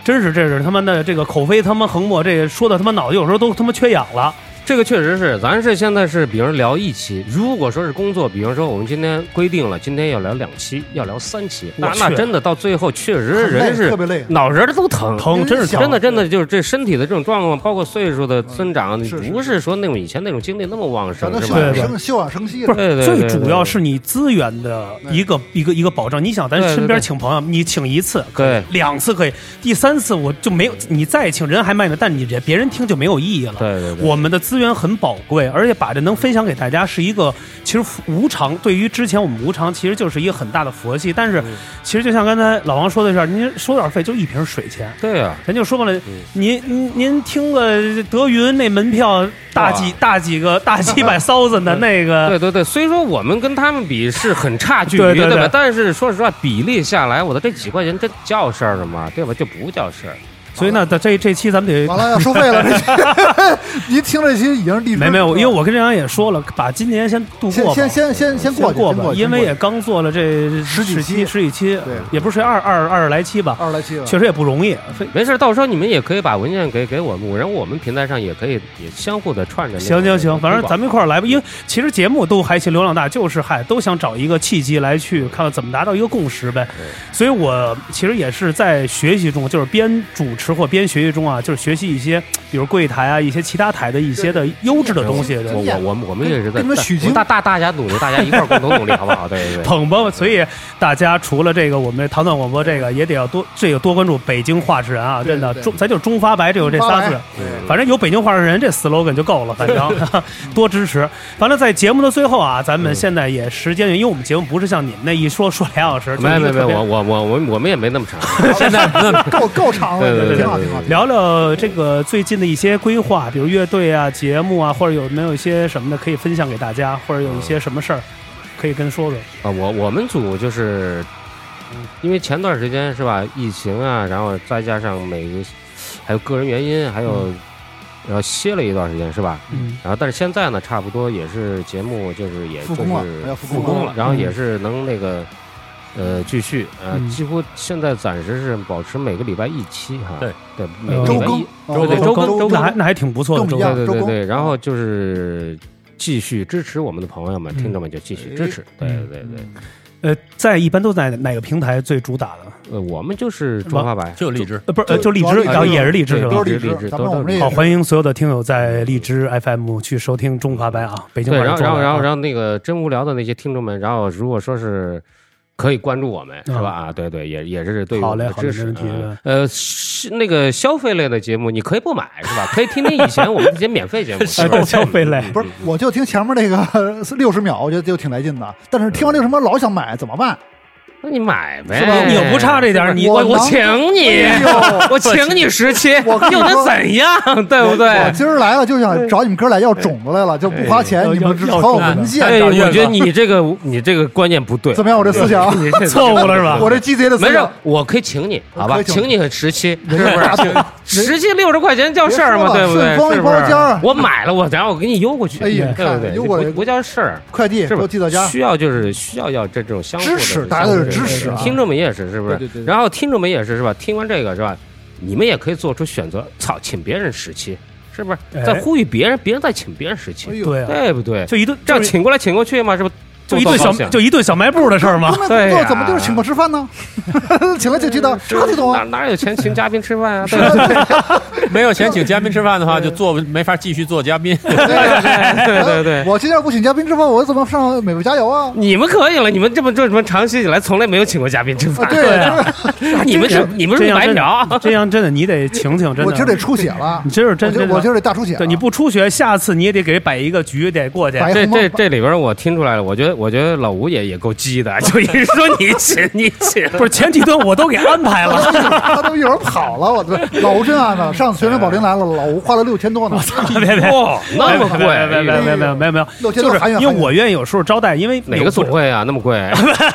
S1: 真是这是他妈的这个口碑他妈横磨，这个说的他妈脑子有时候都他妈缺氧了。
S2: 这个确实是，咱是现在是，比如聊一期，如果说是工作，比如说我们今天规定了，今天要聊两期，要聊三期，那
S1: 我去
S2: 那真的到最后确实
S3: 很累
S2: 人是
S3: 特别累，
S2: 脑仁儿都疼，
S1: 疼，真是
S3: 小
S2: 真的真的就是这身体的这种状况，包括岁数
S1: 嗯
S2: 的增长，
S3: 是是
S2: 不是说那种以前那种精力那么旺
S3: 咱
S2: 盛
S3: 都
S2: 是
S3: 休
S2: 吧
S1: 对
S3: 养？
S1: 对
S3: 生休养啊生息
S1: 不
S3: 了。
S2: 对
S1: 是，
S2: 对
S1: 最
S2: 对
S1: 主
S2: 对
S1: 要是你资源的一个一个一个保障。你想，咱
S2: 对对
S1: 身边
S2: 对
S1: 请朋友，你请一次可以
S2: 对，
S1: 两次可以，第三次我就没有，你再请人还卖呢，但你人别人听就没有意义了。
S2: 对对对，
S1: 我们的资源很宝贵，而且把这能分享给大家是一个，其实无偿对于之前我们无偿其实就是一个很大的佛系，但是
S3: 嗯
S1: 其实就像刚才老王说的是，您收点费就一瓶水钱，
S2: 对啊，
S1: 咱就说白
S3: 嗯
S1: 了，您您您听个德云那门票大几大几 个大几百 thousand 的那个，
S2: 对对对，虽说我们跟他们比是很差距离，
S1: 对对对
S2: 吧？但是说实话，比例下来，我的这几块钱真叫事儿了吗？对吧？就不叫事儿。
S1: 所以呢，这这这期咱们
S3: 完
S1: 得。
S3: 了要收费了，这期 您听这期已经是第
S1: 没没有，因为我跟郑阳也说了，把今年先度
S3: 先
S1: 过吧，
S3: 先先先先过去，
S1: 过
S3: 先过去
S1: 因为也
S3: 先过去
S1: 刚做了这
S3: 十几期
S1: 期十几期
S3: 对，
S1: 也不是二二二十来期吧，
S3: 二十来期了，
S1: 确实也不容易，非
S2: 没事儿，到时候你们也可以把文件给给我们，然后我们平台上也可以也相互的串着那
S1: 行
S2: 种。
S1: 行行，反正咱
S2: 们
S1: 们一块儿来吧，因为其实节目都还行，流量大，就是嗨，都想找一个契机来去看看怎么达到一个共识呗。所以我其实也是在学习中，就是边主持或边学习中啊，就是学习一些，比如柜台啊，一些其他台的一些的优质的东西。对
S2: 我我我们我们也是在
S3: 跟你们取经
S2: 大大大家努力，大家一块儿共同努力，好不好？对对对。
S1: 捧吧，所以大家除了这个，我们这糖蒜广播这个也得要多这个多关注北京话事人啊，
S3: 对
S1: 真的
S3: 对
S1: 中，咱就中发白，这有这
S3: 发
S1: 仨
S3: 来
S1: 字，
S2: 嗯
S3: 对
S1: 反正有北京话事人这 slogan 就够了，反 正多支持。完了，在节目的最后啊，咱们现在也时间，因为我们节目不是像你们那一说说俩小时，就
S2: 没
S1: 一个
S2: 没没，
S1: 特别
S2: 我我我我我们也没那么长。啊
S4: 现在那
S3: 够够长了，
S2: 对对对
S3: 挺好
S2: 对
S3: 挺好。
S1: 聊聊这个最近的一些规划，比如乐队啊、节目啊，或者有没有一些什么的可以分享给大家，或者有一些什么事儿可以跟说说。
S2: 啊，我我们组就是，因为前段时间是吧，疫情啊，然后再加上每个，还有个人原因，还有，然后歇了一段时间是吧？
S1: 嗯，
S2: 然后但是现在呢，差不多也是节目就是也就
S3: 复工了哎
S2: 是
S3: 呀复
S2: 复
S3: 工
S2: 工
S3: 了
S2: 了，然后也
S1: 嗯
S2: 是能那个，呃，继续啊，呃
S1: 嗯
S2: 几乎现在暂时是保持每个礼拜一期哈，
S4: 对
S2: 对，每个
S1: 呃
S2: 礼
S3: 周
S2: 拜
S3: 更
S2: 一，，
S3: 哦
S2: 对周更周
S1: 那
S2: 更
S1: 还那还挺不错的，
S3: 更
S1: 周嗯
S3: 一样
S1: 哥。
S2: 对
S3: 周
S2: 对对
S3: 公
S2: 对，然后就是继续支持我们的朋友们、
S1: 嗯
S2: 听众们就继续支持，对
S1: 嗯
S2: 对对，
S1: 呃，在一般都在哪个平台最主打的？
S2: 呃，我们就是中华白，
S4: 就荔枝，
S1: 呃，不是，呃，
S3: 就
S1: 就荔枝，
S3: 主要
S1: 然后也是荔枝
S2: 对
S1: 是吧
S3: 都？是
S2: 荔
S3: 荔
S2: 枝
S3: 枝
S2: 荔枝
S3: 咱
S2: 都
S3: 们我
S2: 是
S3: 们
S2: 荔
S3: 这也
S2: 枝
S1: 好，欢迎所有的听友在荔枝 FM 去收听《中华白》啊，北京
S2: 对，
S1: 话
S2: 然后然后然后
S1: 后
S2: 然后那个真无聊的那些听众们，然后如果说是可以关注我们，是吧？啊，对对，也也是对
S1: 嗯
S2: 于
S1: 好
S2: 我们
S1: 嘞
S2: 的
S1: 好
S2: 支
S1: 嘞
S2: 持
S1: 没问题
S2: 嗯呃，是那个消费类的节目你可以不买，是吧？可以听听以前我们这些免费 节目，嗯是吧？
S1: 消费类，
S3: 不是，我就听前面那个 六十秒，我觉得就挺来劲的。但是听完六十秒老想买，怎么办？
S2: 那你买
S1: 是吧
S2: 呗，
S1: 你又不差这点儿你
S2: 我
S3: 我
S2: 我
S3: 能
S2: 请你
S3: 哎呦，
S2: 我请你十期，
S3: 我跟你
S2: 又能
S3: 说
S2: 怎样，对不 对？
S3: 我今儿来了就想找你们哥俩要种子来了，就不花钱，
S1: 要
S3: 你们只
S1: 要
S3: 考我
S1: 种子
S3: 文件。
S2: 哎，
S4: 找月
S2: 我
S4: 子
S2: 觉得你这个你这个观念不对，
S3: 怎么样？我这 思想，
S2: 你这
S1: 错误了是吧？
S3: 我这 GTA 的思
S2: 没事
S3: 想，，
S2: 我可以请你，好吧
S3: 我？可以请
S2: 请你十期，是
S3: 人家打
S2: 不是
S3: 赌？
S2: 十期六十块钱叫事儿吗？
S3: 别
S2: 对不
S3: 说
S2: 对？
S3: 了顺丰一
S2: 是不
S3: 包间
S2: 是
S3: 儿？
S2: 我买了，我然后我给你邮过去，
S3: 哎呀
S2: 对不对？
S3: 看邮过来
S2: 这不不叫事儿。
S3: 快递
S2: 是
S3: 给
S2: 吧
S3: 我寄到家。
S2: 需要就是需要要这这种相互的
S3: 支持
S2: 这种
S3: 大家都是
S2: 对对
S3: 支持啊
S2: 对听众们也是，是不
S3: 对对对
S2: 是？
S3: 对
S2: 然后听众们也是，是吧？听完这个是吧？你们也可以做出选择，操，请别人十期，是不是？
S1: 哎
S2: 在呼吁别人，别人再请别人十
S3: 哎
S2: 期，
S3: 呦，
S1: 对啊，
S2: 对不对？
S1: 就一顿
S2: 这样
S1: 就是
S2: 请过来请过去嘛，是不？
S1: 就一顿
S2: 多
S1: 小
S2: 高兴
S1: 就一顿小卖部的事儿吗？
S3: 那
S2: 对
S3: 那
S2: 呀
S3: 怎么就是请我吃饭呢？ 请来请去的，啥都懂
S2: 哪
S3: 啊。
S2: 哪有钱请嘉宾吃饭啊？对吧
S3: 对
S4: 没有钱请嘉宾吃饭的话，就做没法继续做嘉宾。
S2: 对对 对，
S3: 我今天不请嘉宾吃饭，我怎么上美味加油啊？
S2: 你们可以了，你们这么这么长期以来从来没有请过嘉宾吃
S3: 啊，
S2: 饭，
S3: 对呀，
S2: 你们是
S1: 这
S2: 你们是
S1: 这样
S2: 白
S1: 真
S2: 嫖，
S1: 的，这样真的你得请请，真的，
S3: 我今儿得出血了
S1: 你，这是
S3: 我
S1: 真
S3: 今儿
S1: 真
S3: 我今
S1: 的，
S3: 儿得大出血了。
S1: 对，你不出血，下次你也得给摆一个局，得过去。
S3: 白
S2: 这
S3: 红帽
S2: 这这里边我听出来了，我觉得我觉得老吴也也够鸡的，就一直说你请你请，
S1: 不是前几顿我都给安排了，
S3: 他都一会儿跑了，我操！老吴真安了，上次全城保龄来了，老吴花了六千多呢，
S1: 别别别。
S2: 哇，那么贵，
S1: 没没没没没没没有，
S3: 六千
S1: 就
S3: 多
S1: 是
S3: 韩元。
S1: 因为我愿意有时候招待，因为
S2: 哪个
S1: 组
S2: 总会啊那么贵？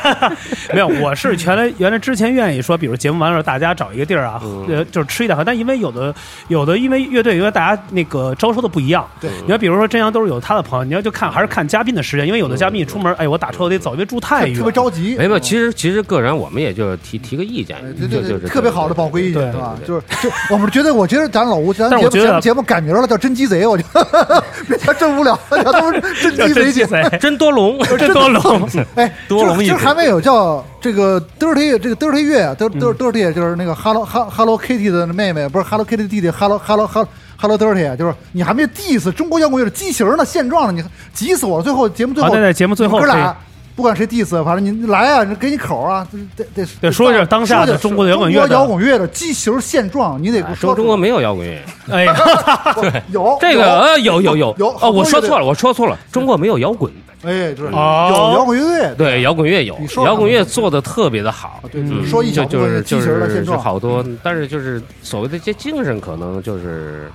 S1: 没有，我是原来原来之前愿意说，比如节目完了，大家找一个地儿啊，呃，就是吃一大块。但因为有的有的因为乐队，因为大家那个招收的不一样，
S3: 对
S1: 你要比如说真阳都是有他的朋友，你要就看还是看嘉宾的时间，因为有的嘉宾一出门，儿，哎，我打车我得走，因为住太远，
S3: 特别着急，
S2: 没有，其实其实个人我们也就是提提个意见
S3: 哎，
S2: 就就
S3: 对对
S2: 是
S3: 对，特别好的宝贵意
S1: 对对
S3: 见是吧？
S2: 对
S3: 就是就我们觉得，我觉得咱老吴咱
S1: 但是
S3: 节
S1: 我觉
S3: 目节
S1: 得
S3: 目节目改名了，叫真鸡贼，我觉得 别叫真无聊，叫他们真
S1: 要真
S3: 鸡贼
S1: 鸡
S3: 姐。
S1: 贼，
S2: 真多龙，
S1: 这多冷，
S3: 哎，
S2: 多
S3: 就
S2: 容易
S3: 就
S2: 解
S3: 还没有叫这个 dirty 这个 dirty 月啊，dirty
S1: 嗯
S3: dirty 就是那个 hello hello hello kitty 的妹妹，不是 hello kitty 的弟弟，hello hello hello hello dirty，啊就是你还没 diss 中国摇滚乐的畸形呢，现状呢，你急死我了！最后节目最
S1: 好，
S3: 后
S1: 那在啊节目最后
S3: 哥
S1: 可以
S3: 俩不管谁 diss，反正你来啊，你给你口啊，得得
S1: 对说一下当下的中国摇滚乐的
S3: 中国摇滚乐的畸形现状，你得给我说
S2: 哎中
S3: 出
S2: 中国没有摇滚乐，
S1: 哎呀，
S3: 来哦有
S2: 这个呃有有有
S3: 有
S2: 哦，我说错
S3: 了，
S2: 了，我说错了，中国没有摇滚，
S3: 哎，就是有
S1: 哦
S3: 摇滚乐队，
S2: 对，摇滚乐有
S3: 你，说吧
S2: 摇滚乐做的特别的好，
S3: 对
S2: 嗯
S3: 说一小
S2: 就
S3: 部
S2: 就
S3: 分
S2: 是
S3: 畸
S2: 就
S3: 形的
S2: 是
S3: 现
S2: 是
S3: 状，
S2: 好多，但是就是所谓的这精神，可能就是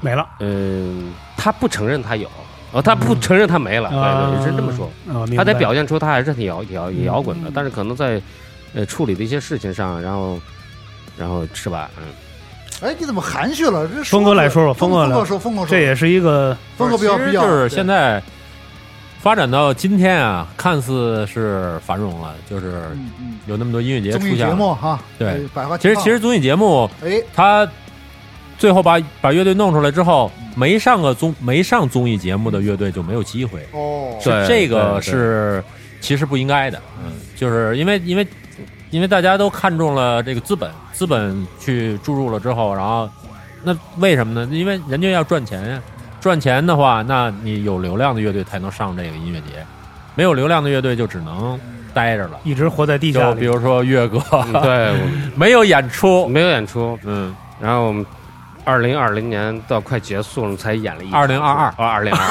S1: 没了，
S2: 嗯，他不承认他有，哦，他不承认他没了，对对，
S1: 啊
S2: 是这么说，
S1: 啊，明
S2: 他
S1: 白
S2: 得表现出他还是挺摇摇
S1: 嗯
S2: 摇滚的，但是可能在呃处理的一些事情上，然后然后是吧，嗯。
S3: 哎，你怎么含蓄了？这
S1: 峰哥来说说
S3: 峰
S1: 峰哥来
S3: 哥说，峰哥说，
S1: 这也是一个
S3: 峰哥比较
S4: 其实
S3: 比较，
S4: 就是现在发展到今天啊，看似是繁荣了，就是
S3: 嗯嗯
S4: 有那么多音乐节出
S3: 综艺节
S4: 现了。
S3: 目哈，
S4: 对
S3: 哎，百花
S4: 其
S3: 齐
S4: 实
S3: 放
S4: 其实综艺节目
S3: 哎，
S4: 它最后把把乐队弄出来之后，没上个综没上综艺节目的乐队就没有机会。
S3: 哦，
S2: 对
S4: 是这
S2: 对对
S4: 个是其实不应该的，嗯，就是因为因为因为大家都看中了这个资本，资本去注入了之后，然后那为什么呢？因为人家要赚钱呀，赚钱的话，那你有流量的乐队才能上这个音乐节，没有流量的乐队就只能待着了。
S1: 一直活在地下
S4: 就比
S1: 里，
S4: 如说岳哥，
S2: 嗯对，我
S4: 没有演出，
S2: 没有演出，
S4: 嗯，
S2: 然后我们二零二零年到快结束了，我们才演了一
S4: 2022
S2: 哦，二零 二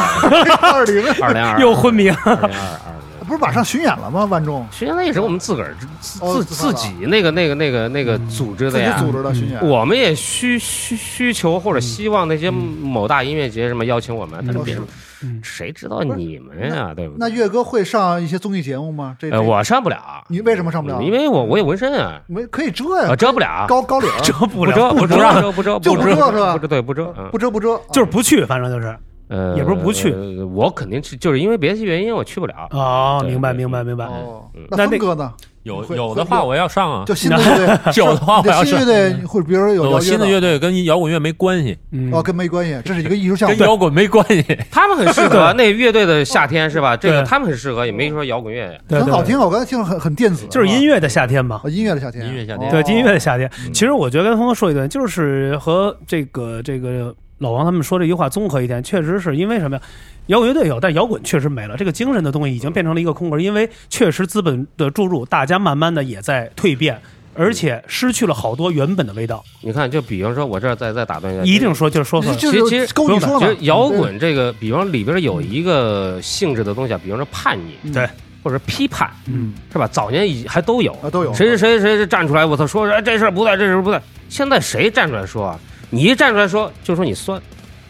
S3: 二零
S2: 二，二零二
S1: 又昏迷了，
S4: 嗯
S2: 二零二二。
S3: 不是马上巡演了吗？万众
S2: 实际上那也是我们自个儿自
S3: 哦
S2: 自
S3: 自发
S2: 自
S3: 的
S2: 己那个那个那个那个
S1: 嗯
S2: 组织
S3: 自
S2: 的
S3: 己
S2: 呀
S3: 组。织的巡
S4: 嗯
S3: 演，
S2: 我们也需需需求或者希望那些某大音乐节什么邀请我们，但是
S3: 哦
S2: 别人
S1: 嗯
S2: 谁知道你们呀，对不
S3: 那
S2: 对？
S3: 岳哥会上一些综艺节目吗？这
S2: 呃，
S3: 这
S2: 我上不了，
S3: 你为什么上不了？
S2: 因为我我有纹身啊，
S3: 没可以遮呀
S2: 我，遮不了，
S4: 啊
S3: 高高领儿
S1: 遮不
S2: 不
S1: 了，
S2: 遮不
S3: 遮
S2: 遮不遮
S3: 就
S2: 不
S3: 不遮是吧
S2: 不遮对不遮，嗯
S3: 不遮不遮，
S1: 就是不去，反正就是
S2: 呃，
S1: 也不是不去
S2: 呃我肯定去，就是因为别的原因我去不了。
S1: 哦，
S2: 对
S1: 明白
S2: 对
S1: 明白明白，
S3: 哦
S2: 嗯。
S1: 那
S3: 那
S1: 那
S3: 峰哥呢？
S4: 有
S3: 会
S4: 有的话我要上啊，
S3: 就新的乐队，
S4: 啊 有的话
S3: 你
S4: 我要
S3: 的新乐
S4: 上。
S3: 队会，比如说有
S4: 我
S3: 摇
S4: 新的
S3: 的
S4: 乐队跟摇滚乐没关系，
S1: 嗯
S3: 哦，跟没关系，这是一个艺术项目
S4: 跟。摇滚没关系。
S2: 他们很适合那乐队的夏天是吧？这个
S1: 对
S2: 他们很适合，也没说摇滚乐。
S1: 对
S3: 很
S1: 对
S3: 好
S1: 对
S3: 听，我刚才听了很很电子，
S1: 就是音乐的夏天嘛
S3: 啊，。音乐的夏天，
S4: 音乐夏
S3: 哦
S4: 天
S1: 对，音乐的夏天。
S2: 嗯
S1: 其实我觉得跟峰哥说一段，就是和这个这个老王他们说这句话综合一点，确实是因为什么呀？摇滚乐队有，但摇滚确实没了。这个精神的东西已经变成了一个空壳，因为确实资本的注入，大家慢慢的也在蜕变，而且失去了好多原本的味道。
S2: 你看，就比方说，我这儿再再打断一下，
S1: 一定说就是说错
S3: 就
S1: 了，
S3: 就是
S2: 其实
S3: 勾你
S1: 不
S3: 说
S2: 就
S3: 呢
S2: 是，摇滚这个，比方里边有一个性质的东西啊，比方说叛逆
S3: 嗯
S1: 对，
S2: 或者批判
S1: 嗯，
S2: 是吧？早年已还都有，
S3: 啊都有，
S2: 谁谁谁谁谁站出来，我操，说哎这事儿不对，这事儿不对。现在谁站出来说啊？你一站出来说，就说你酸。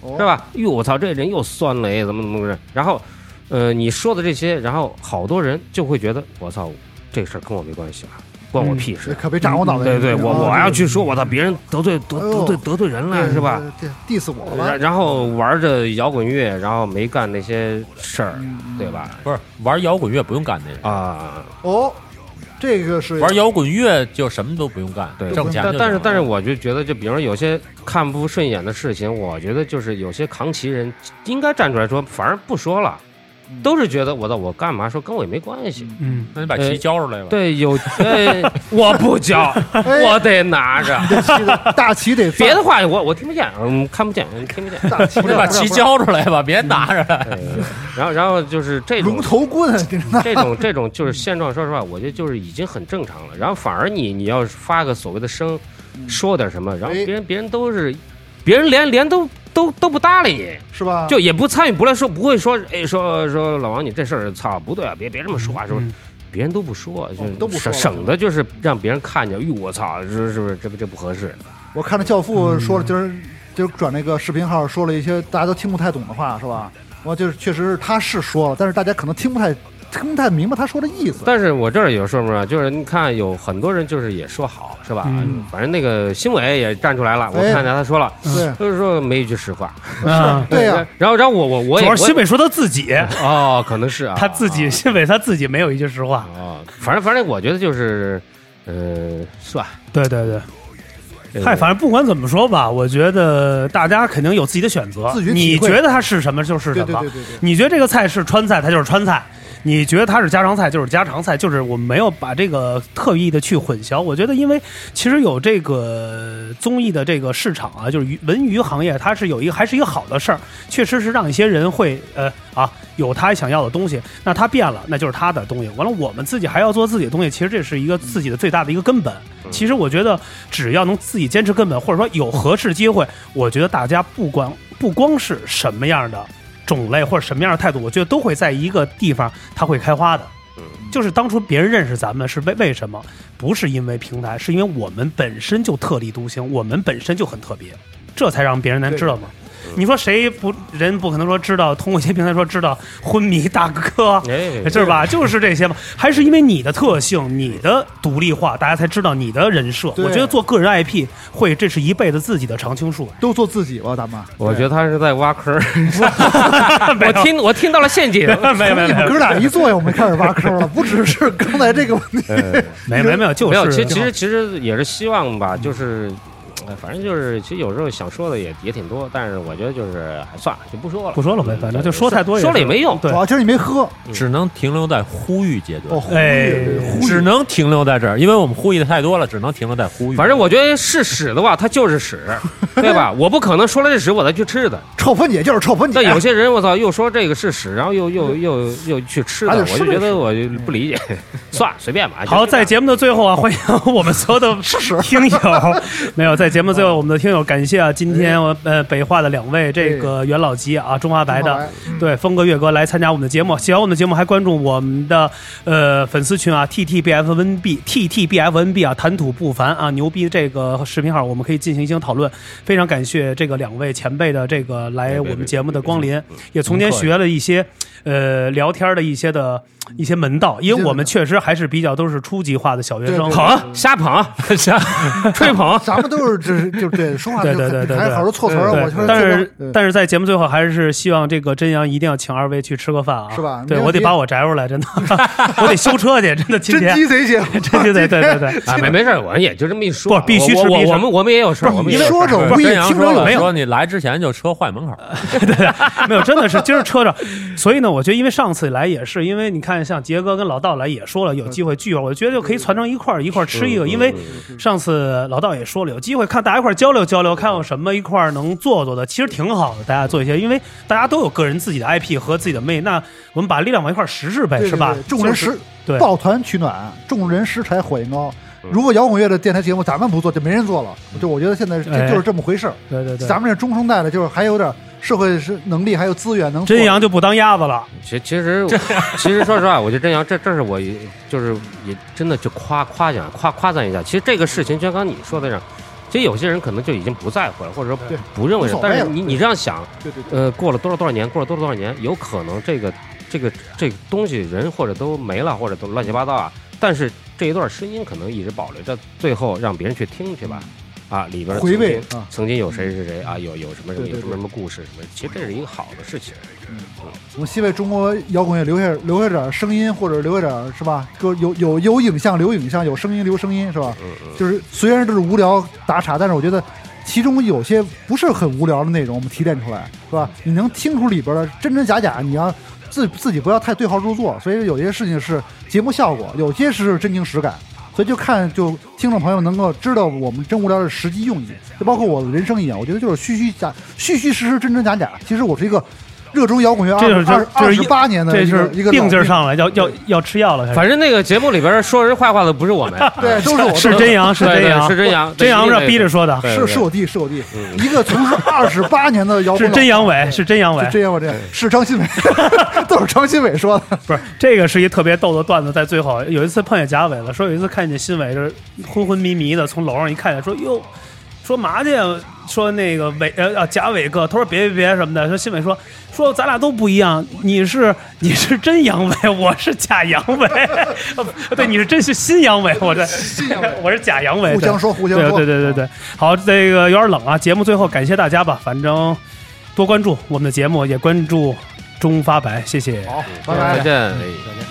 S3: 是
S2: 是？吧？哟，我操，这人又酸了，哎，怎么怎么回事？然后，呃，你说的这些，然后好多人就会觉得，我操，这事儿跟我没关系啊，关我屁事
S3: 这。可别炸我脑袋！
S2: 对对，我我
S3: 啊
S2: 要去说，我操，别人得罪得
S3: 哎呦
S2: 得罪得罪人了，是吧？？
S3: 对对，diss 我
S2: 然
S3: 了，
S2: 然后玩着摇滚乐，然后没干那些事儿，对吧？
S4: 不是玩摇滚乐不用干那个，
S2: 啊，
S3: 哦，这个是
S4: 玩摇滚乐就什么都不用干，
S2: 对，
S4: 挣钱就
S2: 但
S4: 行
S2: 但是
S4: 了
S2: 但是，我就觉得，就比如说有些看不顺眼的事情，我觉得就是有些扛旗人应该站出来说，反而不说了，
S3: 嗯
S2: 都是觉得我操，我干嘛说跟我也没关系。
S1: 嗯，
S4: 那你把旗交出来吧。
S2: 对，有 呃，我不交，
S3: 哎
S2: 我得拿着。
S3: 这期的大旗得
S2: 别的话我我听不见，嗯，看不见，嗯听不见。
S3: 大旗
S4: 不是把旗交出来吧，别拿着了。
S2: 对然后然后就是这
S3: 龙
S2: 种
S3: 头棍，这 是
S2: 这种这种就是现状，说实话，我觉得就是已经很正常了。然后反而你你要是发个所谓的声，说点什么，然后
S3: 哎
S2: 别人别人都是，别人连连都都都不搭理你。
S3: 是吧？
S2: 就也不参与，不来说，不会说，哎，说说老王，你这事儿操不对啊，别别这么说话，是不是？
S1: 嗯
S2: 别人都不说，就、
S3: 哦都不说
S2: 省省得就是让别人看见，哟，哎我操，是是不是这不这不合适？
S3: 我看那教父说了，今儿今儿转那个视频号说了一些大家都听不太懂的话，是吧？我就是确实是他是说了，但是大家可能听不太听不太明白他说的意思。
S2: 但是我这儿也说不上，就是你看有很多人就是也说好是吧？
S1: 嗯
S2: 反正那个新伟也站出来了，我
S3: 哎
S2: 看见他说了，
S3: 对
S2: 就是说没一句实话。
S1: 啊，
S3: 对呀、
S2: 然后然后我我我
S1: 主
S2: 也
S1: 要是新
S2: 我
S1: 伟说他自己，
S2: 哦，可能是啊，
S1: 他自己啊新伟他自己没有一句实话。
S2: 哦，反正反正我觉得就是，呃，是吧？
S1: 对对对，
S2: 呃
S1: 嗨，反正不管怎么说吧，我觉得大家肯定有自己的选择
S3: 自己，
S1: 你
S3: 体会
S1: 觉得它是什么就是
S3: 对
S1: 什
S3: 对
S1: 么
S3: 对。对对，
S1: 你觉得这个菜是川菜，它就是川菜；你觉得它是家常菜，就是家常菜。就是我们没有把这个特意的去混淆。我觉得，因为其实有这个综艺的这个市场啊，就是娱文娱行业，它是有一个还是一个好的事儿，确实是让一些人会呃啊有他想要的东西。那他变了，那就是他的东西。完了，我们自己还要做自己的东西，其实这是一个自己的最大的一个根本。其实我觉得，只要能自己坚持根本，或者说有合适机会，我觉得大家不光不光是什么样的种类或者什么样的态度，我觉得都会在一个地方它会开花的。就是当初别人认识咱们是为为什么？不是因为平台，是因为我们本身就特立独行，我们本身就很特别，这才让别人能知道嘛。你说谁不人不可能说知道通过一些平台说知道昏迷大哥，
S2: 哎，
S1: 是吧？就是这些嘛，还是因为你的特性、你的独立化，大家才知道你的人设。
S3: 对
S1: 我觉得做个人 IP 会，这是一辈子自己的常青树。
S3: 都做自己吧，咱们。
S2: 我觉得他是在挖坑儿，
S1: 没
S2: 我
S1: 有
S2: 听我听到了 陷阱。
S1: 没有没有没
S3: 你们
S1: 有
S3: 哥俩一坐下，我们开始挖坑了，不只是刚才这个问题。
S1: 没有没有没有，就是
S2: 没有，其实其实其实也是希望吧，就是，哎反正就是，其实有时候想说的也也挺多，但是我觉得就是，哎算了，就不说了，嗯
S1: 不说了呗，反正就说太多也是
S2: 说了也没用。
S1: 对
S3: 主，要今儿你没喝，
S4: 只能停留在呼吁阶段
S3: 哦，，呼
S1: 哎
S3: 吁呼
S4: 只
S3: 吁，
S4: 能停留在这儿，因为我们呼吁的太多了，只能停留在呼吁。
S2: 反正我觉得是屎的话，它就是 屎，对吧？我不可能说了这屎我再去吃的。
S3: 臭喷姐就是臭喷啊姐
S2: 但。有些人我操，又说这个是屎，然后又又又又去吃的，
S3: 哎
S2: 我
S3: 呦是
S2: 就觉
S3: 这
S2: 得我就不 理解。算了，随便吧。
S1: 好，
S2: 就这
S1: 在
S2: 样
S1: 节目的最后啊，欢迎我们所有的听友。没有，在节目最后，我们的听友感谢啊，今天我呃北化的两位这个元老级啊，中华白
S3: 中华
S1: 的
S3: 白，
S1: 对峰哥、月哥来参加我们的节目。喜欢我们的节目，还关注我们的呃粉丝群啊，ttbfnb ttbfnb 啊，谈吐不凡啊，牛逼这个视频号，我们可以进行一些讨论。非常感谢这个两位前辈的这个来我们节目的光临，也从中间学了一些呃聊天的一些的一些门道，因为我们确实还是比较都是初级化的小学生。
S3: 对对对
S1: 好啊，
S2: 瞎捧， 瞎吹捧。
S3: 咱们都是就是就是对说话
S1: 对
S3: 就
S1: 对对对对
S3: 还是好多措辞儿。
S1: 对
S3: 我觉得
S1: 但
S3: 这
S1: 是
S3: 个
S1: 但是在节目最后还是希望这个真阳一定要请二位去吃个饭啊，
S3: 是吧
S1: 对
S3: 没问题
S1: 我得把我摘出来， 真的，我得修车去，真的今
S3: 真
S1: 天
S3: 鸡贼姐，
S1: 真鸡贼对对对
S2: 啊，没没事儿，我也就这么一说啊。
S1: 不必须
S2: 我
S1: 是
S2: 我
S1: 必须
S2: 我们我们也有事儿，
S3: 不是
S2: 我们
S3: 你
S2: 也有事儿
S3: 说着无
S4: 不是
S3: 意
S4: 真阳
S3: 听
S4: 说
S3: 着有
S4: 了，
S1: 没有
S4: 说你来之前就车坏门口，
S1: 没有，真的是今儿车上，所以呢，我觉得因为上次来也是因为你看，像杰哥跟老道来也说了，有机会聚会，我觉得就可以攒成一块儿一块儿吃一
S3: 嗯
S1: 个，因为上次老道也说了，有机会看大家一块儿交流交流，看有什么一块儿能做做的，其实挺好的，大家做一些，因为大家都有个人自己的 IP 和自己的魅力，那我们把力量往一块儿实施呗，
S3: 对
S1: 是吧
S3: 对对？众人
S1: 就是
S3: 拾
S1: 对嗯
S3: 抱团取暖，众人拾柴火焰高。如果摇滚乐的电台节目咱们不做，就没人做了。就我觉得现在
S1: 哎
S3: 这就是这么回事儿。
S1: 对对对，
S3: 咱们这中生代的，就是还有点社会是能力，还有资源能做
S1: 真阳就不当鸭子了，
S2: 其其实其实说实话，我觉得真阳这这是我也就是也真的就夸夸奖夸夸赞一下。其实这个事情，就像刚你说的这样，其实有些人可能就已经不在乎了，或者说
S3: 对
S2: 不认为了
S3: 无。所谓
S2: 但是
S3: 了
S2: 你你这样想，
S3: 对对对，
S2: 呃，过了多少多少年，过了多少多少年，有可能这个这个这个东西人或者都没了，或者都乱七八糟啊。但是这一段声音可能一直保留着，最后让别人去听去吧。啊，里边
S3: 嗯回味
S2: 曾经
S3: 啊
S2: 曾经有谁是谁啊，有有什么什么
S3: 对对哎
S2: 有什么
S3: 对
S2: 什么故事什么，其实这是一个好的事情。
S3: 我们希望中国摇滚乐留下留下点儿声音，或者留下点儿是吧？就有有有影像留影像，有声音留声音是吧？就是虽然都是无聊打岔，但是我觉得其中有些不是很无聊的内容，我们提炼出来是吧？你能听出里边的真真假假，你要自自己不要太对号入座。所以有些事情是节目效果，有些是真情实感。所以就看就听众朋友能够知道我们真无聊的实际用意，就包括我的人生一样，我觉得就是虚虚假虚虚实实真真假假。其实我是一个热衷摇滚乐
S1: 这就
S3: 二
S1: 是这
S3: 二
S1: 这
S3: 二
S1: 是
S3: 十八年的
S1: 这
S3: 一个
S1: 是
S3: 一个
S1: 病劲儿
S3: 老
S1: 上来，要要要吃药了，开始
S2: 反正那个节目里边说人坏话的不是我们，
S3: 对，都是我
S1: 是真阳，是
S2: 对
S1: 真
S2: 对
S1: 阳，
S2: 是真阳，
S1: 真阳
S2: 对
S1: 是逼着。说的，
S2: 对对
S3: 是
S2: 对
S3: 是我弟是我弟
S2: 嗯，
S3: 一个从事二十八年的摇滚
S1: 是
S3: 老
S1: 真阳痿，是真阳痿
S3: 是。真阳
S1: 哎
S3: 我这是张新伟， 都是张新伟说的，
S1: 不是，这个是一特别逗的段子，在最后有一次碰见贾伟了，说有一次看见新伟就是昏昏迷迷的，从楼上一看见，说哟，说嘛去？说那个伟呃啊贾伟哥，他说别别别什么的，说新呃伟说说咱俩都不一样，你是你是真阳痿，我是假阳痿， 对，你是真是新阳痿，我这我是假阳痿，
S3: 互
S1: 哎对
S3: 相说互相说
S1: 对对对对对，好，这个有点冷啊，节目最后感谢大家吧，反正多关注我们的节目，也关注中发白，谢谢。
S3: 好，拜拜
S2: 再。见。
S3: 啊
S4: 再见。